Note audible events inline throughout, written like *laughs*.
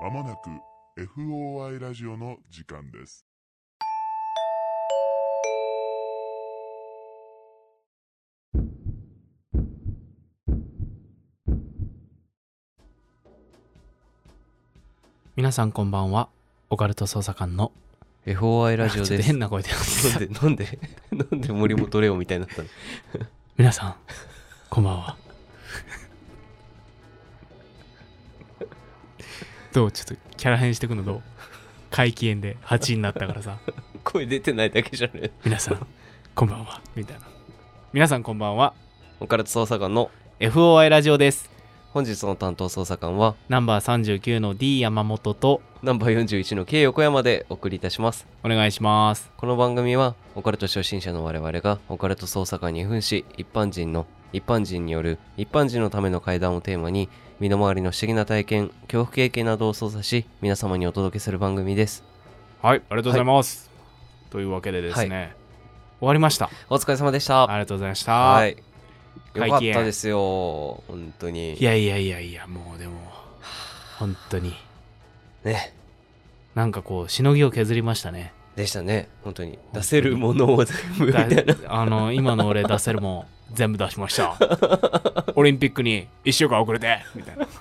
まもなく FOI ラジオの時間です。皆さんこんばんはオカルト捜査官の FOI ラジオちょっでとす。変な声でなんで、なんで、なんで森本レオみたいになったの *laughs* 皆さんこんばんはどうちょっとキャラ変してくのどう怪奇炎で8になったからさ声出てないだけじゃね皆さんこんばんはみたいな皆さんこんばんはオカルト捜査官の FOI ラジオです本日の担当捜査官は、ナンバー39の D 山本とナンバー41の K 横山でお送りいたします。お願いしますこの番組は、オカルト初心者の我々が、オカルト捜査官に扮し、一般人の、一般人による、一般人のための会談をテーマに、身の回りの不思議な体験、恐怖経験などを捜査し、皆様にお届けする番組です。はいありがとうございます、というわけでですね、終わりましたお疲れ様でした。ありがとうございました、はい。よ会かっ見たですよ。本当に。いやいやいやいやもうでも本当にね。なんかこうしのぎを削りましたねでしたね。本当に。出せるものを全部みただいな。あの今の俺出せるもん全部出しましたオリンピックに1週間遅れてみたいな感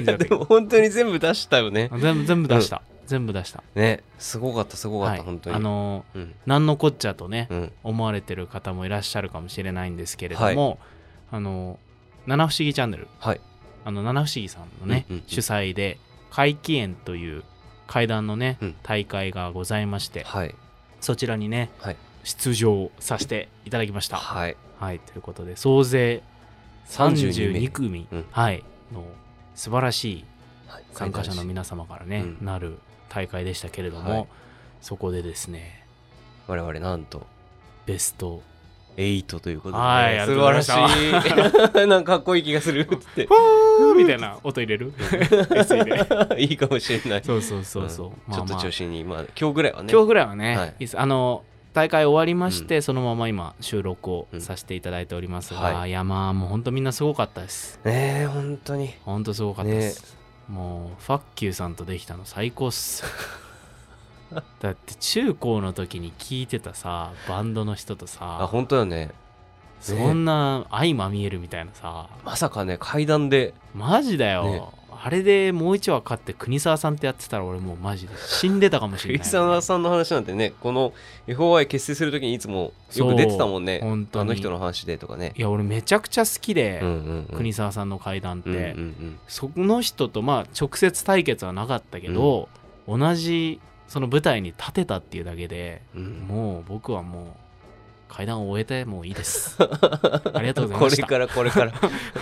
じだったけでども *laughs* 本当に全部出したよね。全部全部出した、全部出したね。すごかった、すごかっはいた、本当に。あのうん。何のこっちゃとね、うん。思われてる方もいらっしゃるかもしれないんですけれども、あの七不思議チャンネルはい。あの七不思議さんのね、うんうんうん主催で怪奇園という怪談のね、うん大会がございまして、はい。そちらにね、はい出場させていただきました。はい。はい、ということで、総勢32名32組、うんはい、の素晴らしいはい参加者の皆様からね、うんなる大会でしたけれども、はいそこでですね、我々なんと、ベスト、 8ということで。はいありがと素うご晴ざいらまししたい。 *laughs* なんかかっこいい気がするっつって。みたいな音入れる *laughs* SE で *laughs* いいかもしれない。そうそうそうそう、んまあまあちょっと調子に、まあ、今日ぐらいはね。今日ぐらいはね、はいいいっすあの大会終わりまして、そのまま今収録をさせていただいておりますが、、うんはいやまあもう本当みんなすごかったですねえ、本当に。本当すごかったです、もうファッキューさんとできたの最高っ *laughs* すだって中高の時に聴いてたさバンドの人とあ、さ本当よね。そんな相まみえるみたいなさまさかね、階段で。マジだよ、ねあれでもう一話勝って国沢さんってやってたら俺もうマジで死んでたかもしれない栗沢さんの話なんてね、この FOI 結成するときにいつもよく出てたもんね。そう本当にあの人の話でとかね。いや俺めちゃくちゃ好きで、うんうんうん国沢さんの怪談って、うんうんうんその人とまあ直接対決はなかったけど、同じその舞台に立てたっていうだけで、うんもう僕はもう階段を終えてもういいです *laughs* ありがとうございましたこれからこれから。 *laughs*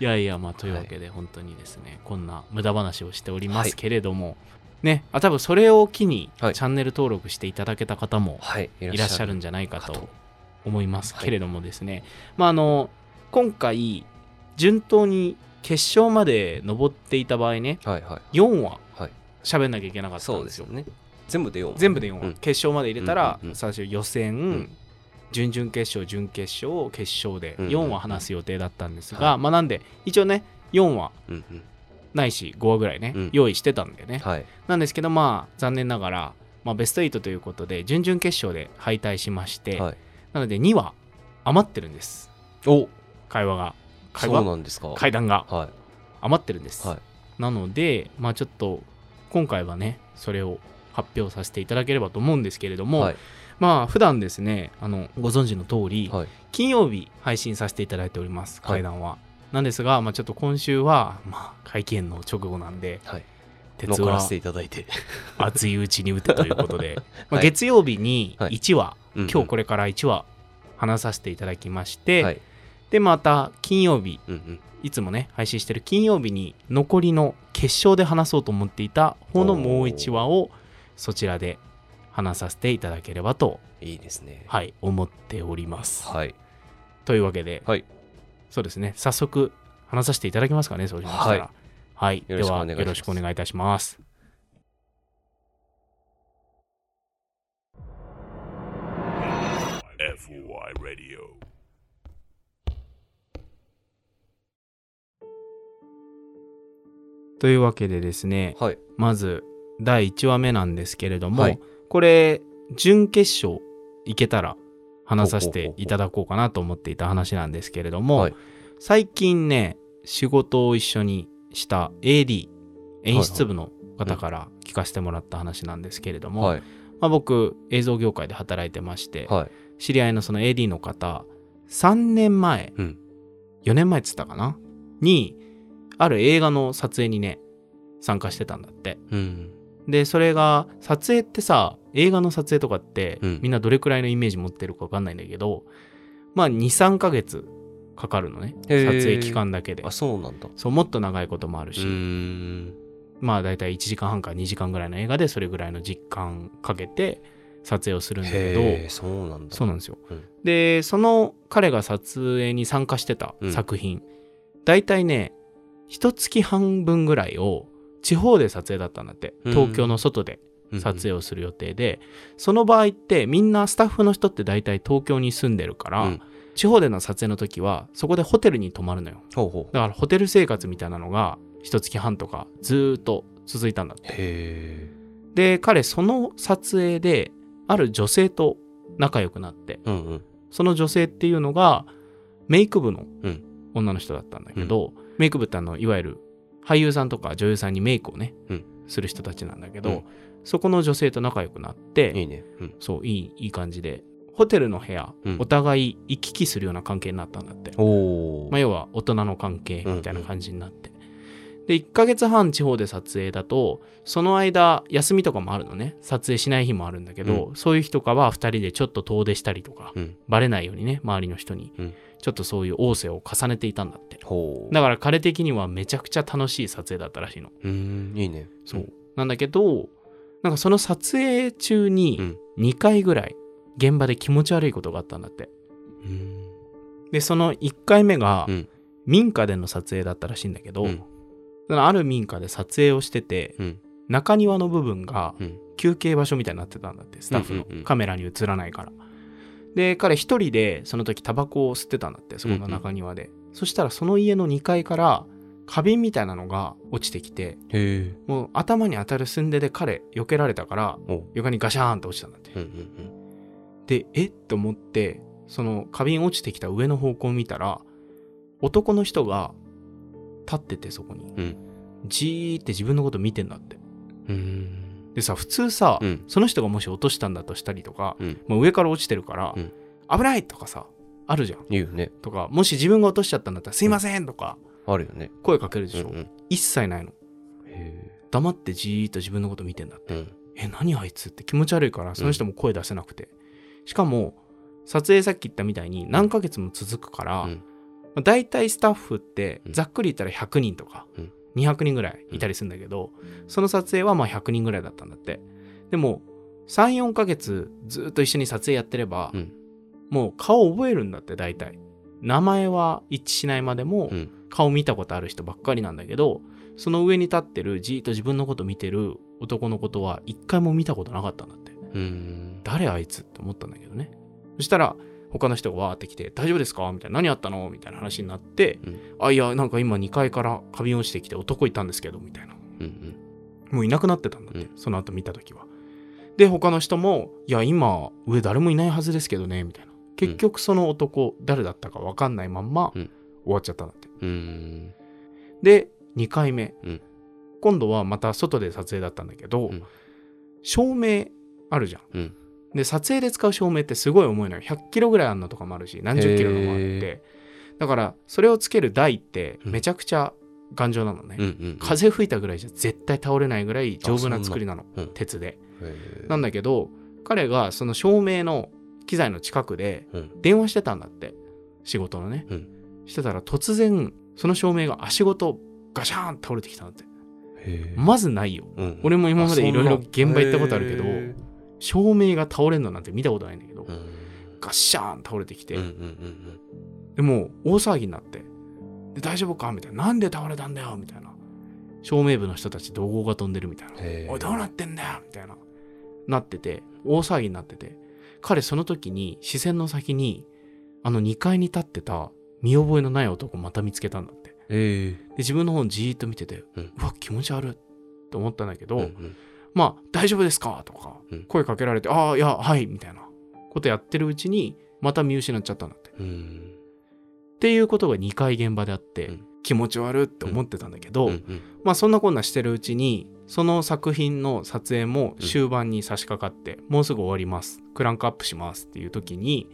いやいやまあというわけで本当にですね、こんな無駄話をしておりますけれども、ねあ多分それを機にチはいャンネル登録していただけた方もはい、いいらっしゃるんじじゃないかかとと思いますはいけれどもですね、まああの今回順当に決勝まで登っていた場合ねゃはいは4話いはい。喋んなきゃいけなかったそんうでですすよよね。全部で4。全部で4話、うん決勝まで入れたら、うんうんうん最初予選、ん準々決勝準決勝決勝でうんうん4話話す予定だったんですが、はいまあなんで一応ね4話うんうんないし5話ぐらいね、うん用意してたんだよね、はい。なんですけどまあ残念ながら、まあ、ベスト8ということで準々決勝で敗退しまして、はい。なので2話余ってるんですお会話が会そう話なんですか。はい。会談がは余ってるんです、い。なのでまあちょっと今回はねそれを発表させていただければと思うんですけれども、はい。まあ普段ですねあのご存知の通り、はい。金曜日配信させていただいておりますはい会談は、なんですが、まあ、ちょっと今週は、まあ、会見の直後なんではい。鉄乗っからはせていただ *laughs* いて。熱いうちに打てということ *laughs* で、まあ、はい月曜日にはい1話、今今日これから1話話させていただきまして、はい。でまた金曜日うんうん。いつもね配信してる金曜日に残りの決勝で話そうと思っていた方のもう1話をそちらで話させていただければと、いいですね。はい、思っております。はい。というわけで、はいそうですね、早速話させていただきますかね、そうしましたら。ははいい、よでろしくおは願いしますよろしくお願いいたします。 FOI Radio というわけでですねはい。まず第1話目なんですけれども、はいこれ準決勝行けたら話させていただこうかなと思っていた話なんですけれども、はい最近ね仕事を一緒にした AD 演出部の方から聞かせてもらった話なんですけれども、はい。まあ、僕映像業界で働いてまして、はい。知り合いのその AD の方3年前うん。 4年前っつったかなにある映画の撮影にね参加してたんだってうん。でそれが撮影ってさ映画の撮影とかって、うんみんなどれくらいのイメージ持ってるか分かんないんだけどまあ23ヶ月かかるのね撮へー影期間だけであ、そうなんだ。そうもっと長いこともあるうし、ーん。まあ大体1時間半か2時間ぐらいの映画でそれぐらいの実感かけて撮影をするんだけどへえ、そうなんだ。そうなんですよ、うんでその彼が撮影に参加してた作品、大体ね一月半分ぐらいを地方で撮影だったんだってうん東京の外でうん撮影をする予定で、その場合ってみんなスタッフの人って大体東京に住んでるから、うん地方での撮影の時はそこでホテルに泊まるのよほうほう。だからホテル生活みたいなのが一月半とかずーっと続いたんだってへで彼その撮影である女性と仲良くなってえ。うんうん。その女性っていうのがメイク部のうん女の人だったんだけど、メイク部ってあのいわゆる俳優さんとか女優さんにメイクをね、うんする人たちなんだけど、うんそこの女性と仲良くなっていいね。うん。そういいいい感じでホテルの部屋、うんお互い行き来するような関係になったんだって、おおまあ、。要は大人の関係みたいな感じになって、で1ヶ月半地方で撮影だとその間休みとかもあるのね撮影しない日もあるんだけど、そういう日とかは2人でちょっと遠出したりとか、うん。バレないようにね周りの人に、うんちょっとそういう仰せを重ねていたんだってほう。だから彼的にはめちゃくちゃ楽しい撮影だったらしいのうーん。いいね。そう、なんだけどなんかその撮影中うにん2回ぐらい現場で気持ち悪いことがあったんだってうん。でその1回目がうん民家での撮影だったらしいんだけど、うんそのある民家で撮影をしててうん。中庭の部分がうん。休憩場所みたいになってたんだってスタッフのうんうんうんカメラに映らないから、で彼一人でその時タバコを吸ってたんだってそこの中庭で、そしたらその家の2階から花瓶みたいなのが落ちてきてへえ。もう頭に当たる寸でで彼避けられたからおう。床にガシャーンと落ちたんだって、うんうんでえっと思ってその花瓶落ちてきた上の方向を見たら男の人が立っててそこに、うんじーって自分のこと見てんだってうん。うーん。でさ普通さ、うん。その人がもし落としたんだとしたりとか、うんまあ、上から落ちてるから、うん危ないとかさあるじゃんいいよね。とかもし自分が落としちゃったんだったらすいませんとかあるよね。声かけるでしょ、うんうん。一切ないのへ黙ってじーっと自分のこと見てんだってえ。うん。え何あいつって気持ち悪いからその人も声出せなくて、しかも撮影さっき言ったみたいに何ヶ月も続くから、うんまあ、大体スタッフってうんざっくり言ったら100人とかうん200人ぐらいいたりするんだけど、その撮影はまあ100人ぐらいだったんだってでも34ヶ月ずっと一緒に撮影やってれば、うんもう顔覚えるんだって大体名前は一致しないまでもうん顔見たことある人ばっかりなんだけどその上に立ってるじーっと自分のこと見てる男のことは一回も見たことなかったんだってうーん。誰あいつって思ったんだけどねそしたら他の人がわーって来て「大丈夫ですか?」みたいな「何あったの?」みたいな話になって「うんあいやなんか今2階から花瓶落ちてきて男いたんですけど」みたいなうんうん。もういなくなってたんだって、うんその後見た時はで他の人も「いや今上誰もいないはずですけどね」みたいな結局その男、誰だったか分かんないまんま、うん終わっちゃったんだってうーん。で2回目、うん今度はまた外で撮影だったんだけど、うん照明あるじゃん、うんで撮影で使う照明ってすごい重いのよ100キロぐらいあるのとかもあるし何十キロのもあっへてだからそれをつける台ってうんめちゃくちゃ頑丈なのね、うんうん。風吹いたぐらいじゃ絶対倒れないぐらい丈夫なあそんな作りなのうん鉄でへえなんだけど彼がその照明の機材の近くでうん電話してたんだって仕事のね、うんしてたら突然その照明が足ごとガシャーン倒れてきたんだってへえまずないようん俺も今まであいろいろそんな現場行ったことあるけどへえ照明が倒れるのなんて見たことないんだけど、うんうんガッシャーン倒れてきて、うんうんでもう大騒ぎになってで大丈夫かみたいななんで倒れたんだよみたいな照明部の人たち怒号が飛んでるみたいなうんへえおいどうなってんだよみたいななってて大騒ぎになってて彼その時に視線の先にあの2階に立ってた見覚えのない男また見つけたんだってえで自分の方をじーっと見てて、ううんわ気持ち悪いと思ったんだけえど、うんまあ大丈夫ですかとかうん声かけられて、ああいやはいみたいなことやってるうちにまた見失っちゃったんだって。っうんうんていうことが2回現場であって、うん気持ち悪いって思ってたんだけど、うんうんまあそんなこんなしてるうちにその作品の撮影も終盤に差し掛かって、もうすぐ終わりますクランクアップしますっていう時に、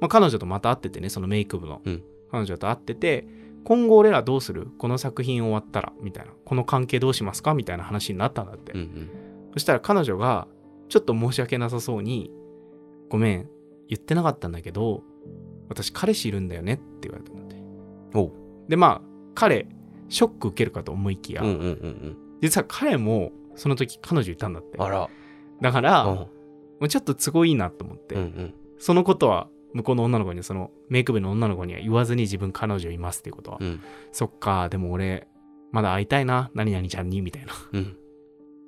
まあ、彼女とまた会っててねそのメイク部の、うん彼女と会ってて今後俺らどうするこの作品終わったらみたいなこの関係どうしますかみたいな話になったんだって、うんうんそしたら彼女がちょっと申し訳なさそうに「ごめん言ってなかったんだけど私彼氏いるんだよね」って言われたんだっておうでまあ彼ショック受けるかと思いきや、うんうんうん実は彼もその時彼女いたんだってうんあらだから、うんもうちょっと都合いいなと思って、うんうんそのことは向こうの女の子にそのメイク部の女の子には言わずに自分彼女いますっていうことは、うんそっかでも俺まだ会いたいな何々ちゃんにみたいなうん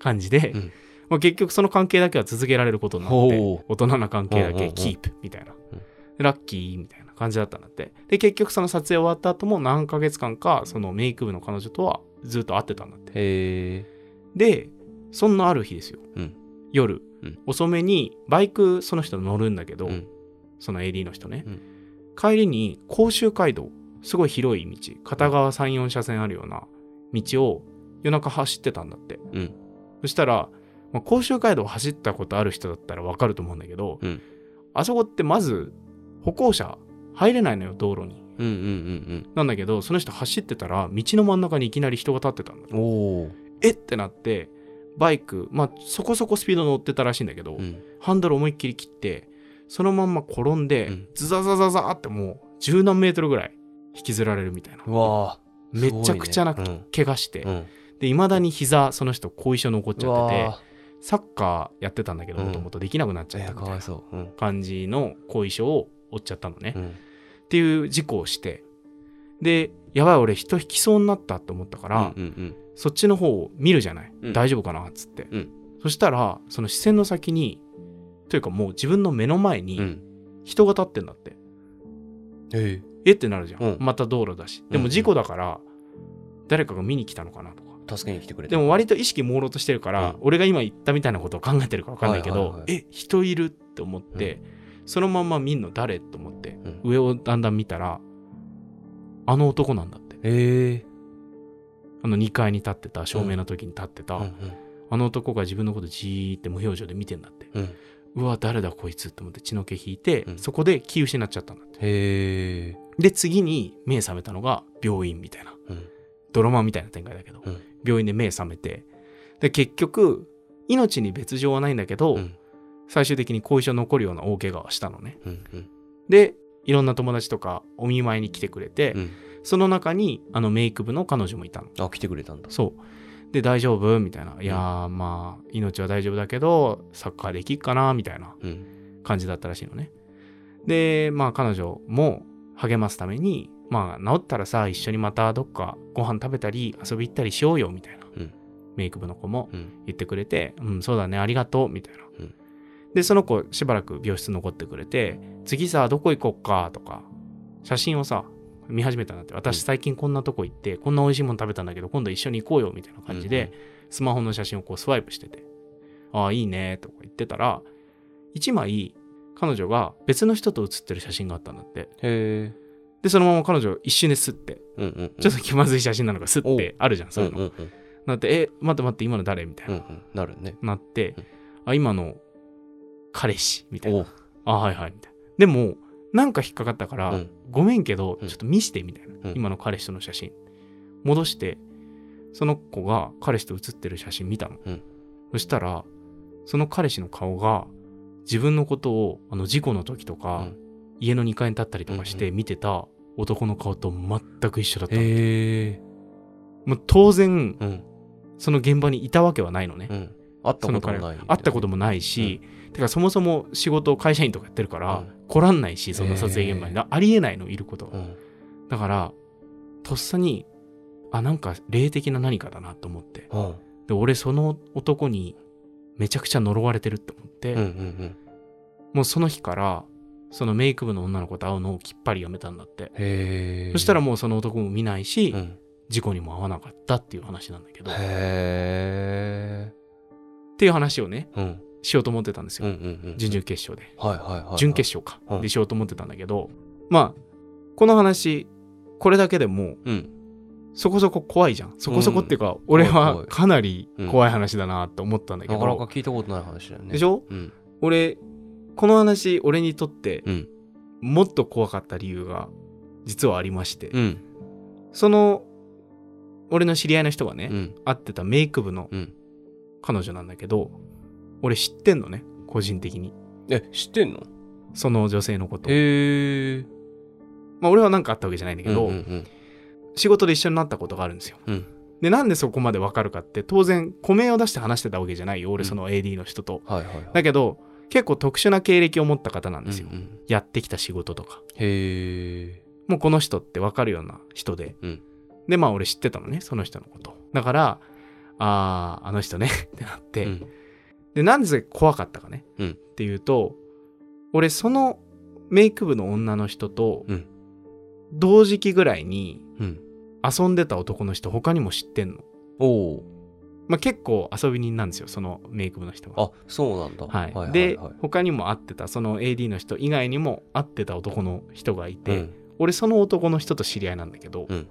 感じで、うん *laughs* まあ、結局その関係だけは続けられることになってほう大人な関係だうんうんうけんキープみたいな、うんラッキーみたいな感じだったんだってで結局その撮影終わった後も何ヶ月間かそのメイク部の彼女とはずっと会ってたんだってへえでそんなある日ですよ、うん夜、うん遅めにバイクその人乗るんだけど、うんその AD の人ね、うん帰りに甲州街道すごい広い道片側34車線あるような道を夜中走ってたんだって、うんそしたら、まあ甲州街道を走ったことある人だったらわかると思うんだけど、うんあそこってまず歩行者入れないのよ道路にうんうんなんだけどその人走ってたら道の真ん中にいきなり人が立ってたんだうんうんおおえってなってバイクまあそこそこスピード乗ってたらしいんだけど、うんハンドル思いっきり切ってそのまんま転んで、うんズザザザザーってもう十何メートルぐらい引きずられるみたいなうわーめちゃくちゃなすごいね怪我して、うんうんでいまだに膝その人後遺症残っちうゃっててわサッカーやってたんだけどうんもともとできなくなっちーいゃったやみかたいわないそううん感じの後遺症を負っちゃったのね、うっんていう事故をしてでやばい俺人引きそうになったと思ったから、うんうんそっちの方を見るじゃない、うん大丈夫かなっつって、うんそしたらその視線の先にというかもう自分の目の前うんうにん人が立ってんだって、へええってなるじゃん、うんまた道路だしんでも事故だから誰かが見に来たのかなとか助けに来てくれたでも割と意識朦朧としてるから、うん俺が今言ったみたいなことを考えてるか分かんないけど、はいはいはいえ人いるって思って、そのまんま見んの誰と思ってうん上をだんだん見たらあの男なんだってへえあの2階に立ってた照明の時に立ってた、あの男が自分のことじーって無表情で見てんだって。うんうわ、誰だこいつって思って血の毛引いて、うんそこで気失っちゃったんだって。へえで、次に目覚めたのが病院みたいな。うんドラマみたいな展開だけど、うん病院で目覚めて。で、結局、命に別状はないんだけど、うん最終的に後遺症残るような大怪我はしたのね。うんうんで、いろんな友達とかお見舞いに来てくれて、うんその中にあのメイク部の彼女もいたの。あ来てくれたんだそう。で、大丈夫みたいな。いやー、まあ、命は大丈夫だけど、サッカーできっかなみたいなうん感じだったらしいのね。で、まあ、彼女も励ますために、まあ、治ったらさ、一緒にまたどっかご飯食べたり、遊び行ったりしようよ、みたいな。うんメイク部の子もうん言ってくれて、うん、そうだね、ありがとう、みたいな。うんで、その子、しばらく病室残ってくれて、次さ、どこ行こっか、とか、写真をさ、見始めたんだって、私最近こんなとこ行って、こんな美味しいもの食べたんだけど、今度一緒に行こうよ、みたいな感じで、スマホの写真をこうスワイプしてて、ああ、いいね、とか言ってたら、1枚、彼女が別の人と写ってる写真があったんだって。へえで、そのまま彼女一瞬ですって、うんうんちょっと気まずい写真なのか、すっおてあるじゃん、そういうの。うんうんなって、え、待って待って、今の誰みたいうんうな。んうんなるねなってうん、あ、今の彼氏みたいな。おあ、はいはい、みたいな。でも、なんか引っかかったから、うんごめんけど、うんちょっと見してみたいな。うん今の彼氏との写真。戻して、その子が彼氏と写ってる写真見たの。うんそしたら、その彼氏の顔が、自分のことをあの事故の時とうか、ん家の2階に立ったりとかしうんて見てた男の顔と全く一緒だったの、へえもう当然うんその現場にいたわけはないのね、うん会ったそこのとも彼なはい会ったこともないし、てかそもそも仕事を会社員とかやってるから、うん来らんないしそんな撮影現場に、へありえないのいることは、うんだからとっさにあなんか霊的な何かだなと思ってうんで俺その男にめちゃくちゃ呪われてるって思って、うんうんもうその日からそのメイク部の女の子と会うのをきっぱりやめたんだってへえそしたらももうその男も見ないし、うん事故にも遭わなかったっていう話なんだけど、っへていう話をね、え。うん。しようと思ってたんですうんうよ。んうん。準々決勝で。はいはいはいはい。準決勝うか。んでしようと思ってたんだけど、まあ、この話、これだけでも、うん。そこそこ怖いじゃん。そこそこっていうか、俺怖いは怖いかなり怖い話だなって思ったんだけなかなかど、聞いたことない話だよね。でしょうん。俺、この話、俺にとって、うん。もっと怖かった理由が、実はありまして、うん。その、俺の知り合いの人がね、うん。会ってたメイク部のうん彼女なんだけど、俺知ってんのね、個人的に。え、知ってんのその女性のこと。へえ。まあ俺は何かあったわけじゃないんだけど、うんうん仕事で一緒になったことがあるんですよ。うんで、なんでそこまでわかるかって、当然、個名を出して話してたわけじゃないよ、俺うんその AD の人と。うん。はいはいはい。だけど、結構特殊な経歴を持った方なんですよ。うんうんやってきた仕事とか。へえ。もうこの人ってわかるような人で。うんで、まあ俺知ってたのね、その人のこと。だから、ああ、あの人ね *laughs* ってなって、うんで、なんで怖かったかね、うんっていうと、俺、そのメイク部の女の人とうん、同時期ぐらいにうん。遊んでた男の人、他にも知ってんの。おお。まあ、結構遊び人なんですよ、そのメイク部の人が。あ、そうなんだ。はいはいで、はい他にも会ってた、その AD の人以外にも会ってた男の人がいて、うん俺、その男の人と知り合いなんだけど、うん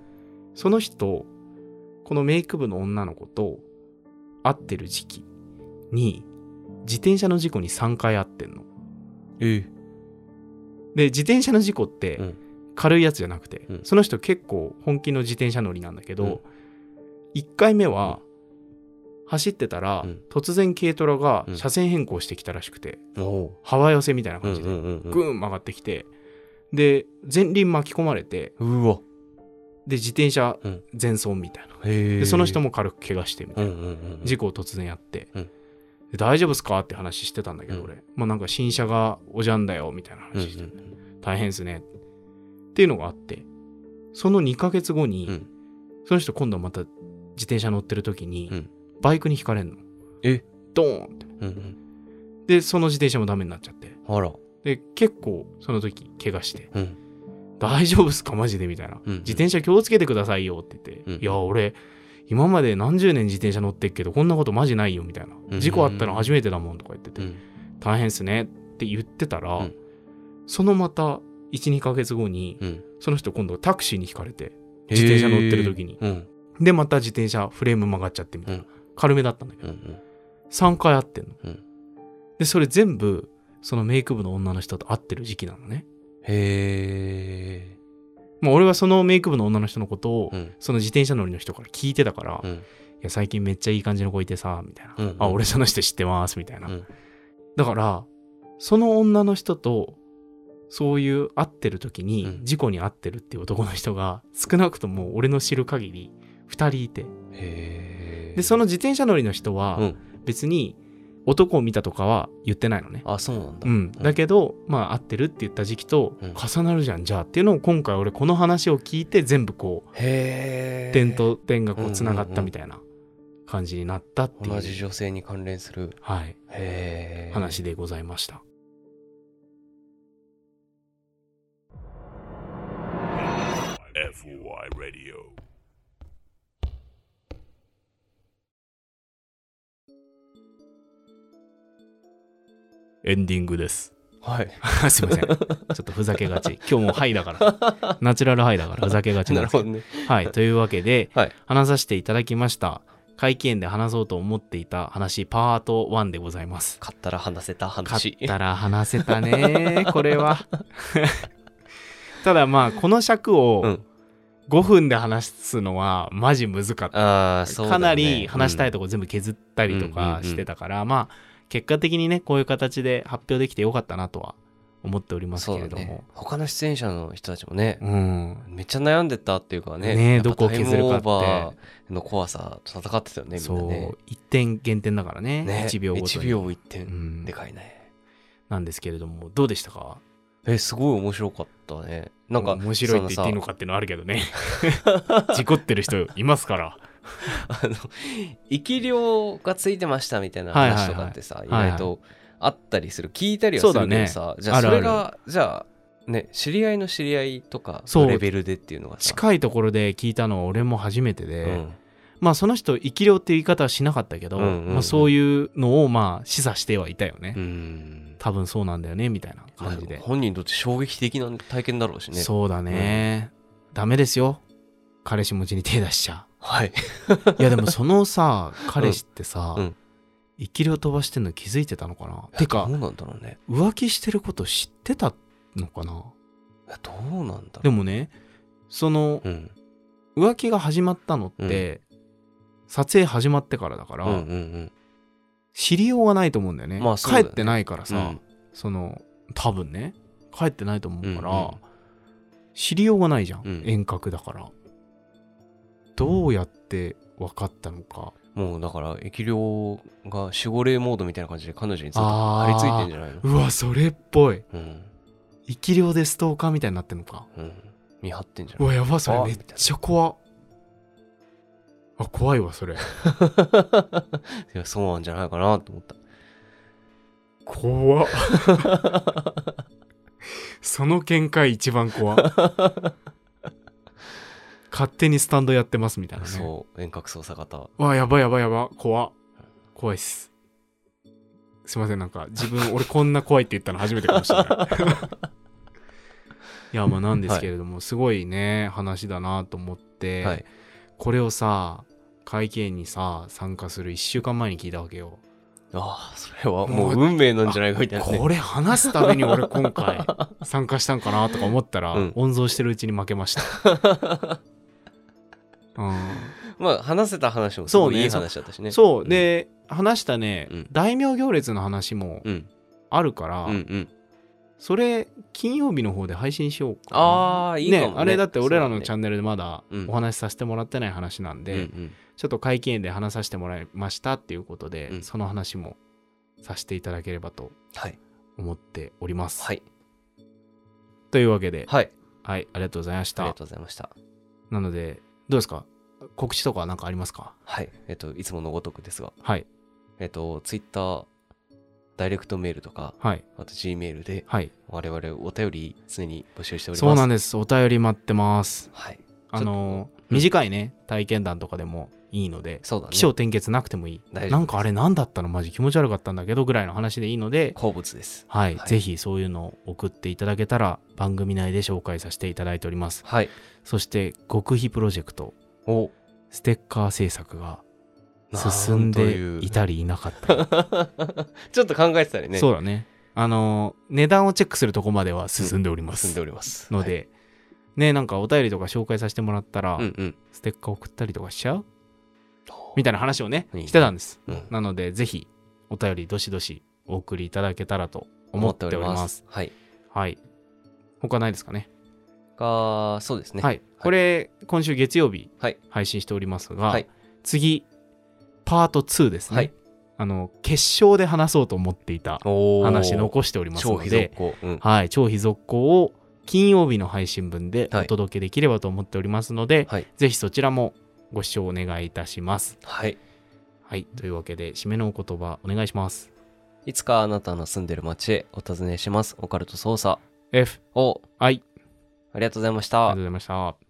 その人、このメイク部の女の子と会ってる時期に、自転車の事故に3回会ってんの。えで自転車の事故ってうん軽いやつじゃなくて、うんその人結構本気の自転車乗りなんだけうんど、一1回目は走ってたら、うん突然軽トラがうん車線変更してきたらしくて、おお。幅寄せみたいなうん感うじんで、うんうん。グーン曲がってきてで前輪巻き込まれてうわ。で自転車うん全損みたいな、へえ。でその人も軽く怪我してみたういんな、うんうんうん。事故を突然やって、うんで大丈夫っすかって話してたんだけど、うん俺もうなんか新車がおじゃんだよみたいなうん話して、大変ですねっていうのがあってその2ヶ月後に、うんその人今度また自転車乗ってる時に、うんバイクにひかれんのえドーンってうんうんうん。でその自転車もダメになっちゃってあら。で結構その時怪我してうん。大丈夫っすかマジでみたいな、うん自転車気をつけてくださいよって言って、うんいや俺今まで何十年自転車乗ってっけどこんなことマジないよみたいなうん事故あったの初めてだもんとか言ってて、うん。大変っすねって言ってたら、うんそのまた12ヶ月後に、うん。その人今度タクシーにひかれて自転車乗ってる時にへえ。うん。でまた自転車フレーム曲がっちゃってみたいな、うん軽めだったんだけうど、ん3回会ってんの、うんでそれ全部そのメイク部の女の人と会ってる時期なのねへえ。まあ俺はそのメイク部の女の人のことを、うん。その自転車乗りの人から聞いてたから、ういん。や最近めっちゃいい感じの子いてさみたいな、うんうんあ俺その人知ってますみたいな、うんだからその女の人とそういう会ってる時うにん事故に遭ってるっていう男の人が少なくとも俺の知る限り2人いてへえ。でその自転車乗りの人はうん別に男を見たとかは言ってないのね。あ、そうなんだう。ん、だけど、まあ合ってるって言った時期とうん重なるじゃん、じゃあっていうのを今回俺この話を聞いて全部こうへえ。点と点がこうつながったみたいな感じになったっていう、同じ女性に関連する。はい、へえ。話でございました。 FOI Radio エンディングです。 *laughs* はい。す *laughs* いません。ちょっとふざけがち。今日もうハイだから。ナチュラルハイだからふざけがち *laughs* ななんでするけほどどね。 *laughs* はい、というわけで、はい話させていただきました。会見で話そうと思っていた話、パート1でございます。買ったら話せた勝話っ。たら話せたね、 *laughs* これ *laughs* は。ただまあ、この尺うをん5分で話すのはマジ難かった。ああ、そうだねかなり話したいとこ全部削ったりとうかんしてたから、まあ、結果的にね、こういう形で発表できてよかったなとは思っておりますそけうれだどもね。。他の出演者の人たちもね、うん、めっちゃ悩んでたっていうかね、ねえやっぱどこを削るかってタイムオーバーの怖さと戦ってたよね、みそんなう、ね。 1点減点だからねね1秒ごと1に秒1う点。んでかいね。なんですけれどもどうでしたかえ、すごい面白かったね。なんか、面白いって言っていいのかっていうのはあるけどね *laughs* 事故ってる人います *laughs* からそのさ。あの、生き量がついてましたみたいな話とかってさ、い意はいはい外とあったりする。聞いたりはするけどさ、じゃああるそあるれが、じゃあ、ね知り合いの知り合いとかそうのレベルでっていうのがさ近いところで聞いたのは俺も初めてで、うんまあその人生き量っていう言い方はしなかったけど、うんうんうんまあ、そういうのをまあ示唆してはいたよね、うん多分そうなんだよねみたいな感じで、本人にとって衝撃的な体験だろうしねそうだね、ダメですよ彼氏持ちに手出しちゃはいいやでもその *laughs* さ彼氏ってさ、うんうん生き量飛ばしてんの気づいてたのかなてかどうなんだろうね浮気してること知ってたのかないやどうなんだろうでもねそのうん浮気が始まったのって、撮影始まってからだから、うんうんうん知りようがないと思うんだよね,、まあそうだよ帰ねってないからさ、うんその多分ね帰ってないと思うから、うんうん知りようがないじゃん、うん遠隔だからどうやって分かったのか、もうだから疫量が守護霊モードみたいな感じで彼女にずっとあ張ーり付いてんじゃないのうわそれっぽいうん生き量でストーカーみたいになってんのかうん見張ってんじゃうないわやばそれあめっちゃ怖あ怖いわそれいやそうなんじゃないかなと思った怖っ *laughs* その見解一番怖勝手にスタンドやってますみたいなねそう遠隔操作型はわあやばいやばいやばい怖っ怖いっすすいませんなんか自 *laughs* 分俺こんな怖いって言ったの初めてかもしれないいやまあなんですけれども、すごいね話だなと思って、はいこれをさ会見にさ参加する1週間前に聞いたわけよああそれはもう運命なんじゃないかみた *laughs* いなねこれ話すために俺今回参加したんかなとか思ったら、うん温存してるうちに負けました、 *laughs* うんまあ話せた話もすごいいいそうね話だったしねそう、んで話したね、うん大名行列の話もうんあるから、うんうんそれ金曜日の方で配信しようかなああいいかもねあれだって俺らのそうチだャンネルでまだうんお話しさせてもらってない話なんで、ねうんうんちょっと会見で話させてもらいましたっていうことで、うんその話もさせていただければとはい思っております、はいというわけで、はいはいありがとうございましありがたとうございましたなのでどうですか告知とかなんかありますかはいえっといつものごとくですがはいえっとツイッターダイレクトメールとかはいあと G メールではい我々お便り常に募集しております。そうなんでですお便り待ってますす。はい。あのうん短いね体験談とかでもいいのでそうだね。起承転結なくてもいい大丈夫ですなんかあれ何だったのマジ気持ち悪かったんだけどぐらいの話でいいので好物です。はい、はいぜひそういうのを送っていただけたら番組内で紹介させていただいておりますはい。そして極秘プロジェクトおステッカー制作が進んでいたりいなかったり、 *laughs* ちょっと考えてた *laughs* りね。そうだねあの値段をチェックするとこまでは進んでおりま進んすでおります。ので、はい。ねなんかお便りとか紹介させてもらったら、うんうん。ステッカー送ったりとかしちゃうみたいな話をねいいねしてたんですうんなので、ぜひお便りどしどしお送りいただけたらと思っております。。はい。はい。他ないですかね。が、そうですね。。はいい。これ、今週月曜日はい配信しておりますが、はい次、パート2ですね。はいあの、決勝で話そうと思っていたお話残しております超の非続で、行。うん。はい、超非続行を金曜日の配信分ではおい届けできればと思っておりますので、はいぜひそちらもご視聴お願いいたします。はい。はい、というわけで、締めのお言葉お願いします。いつかあなたの住んでる街へお尋ねします。オカルト捜査 F、を I、ありがとうございましありがたとう。ございました。